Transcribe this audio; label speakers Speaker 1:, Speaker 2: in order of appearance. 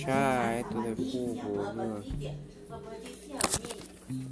Speaker 1: ใช่ตัวในคู่ผมอะ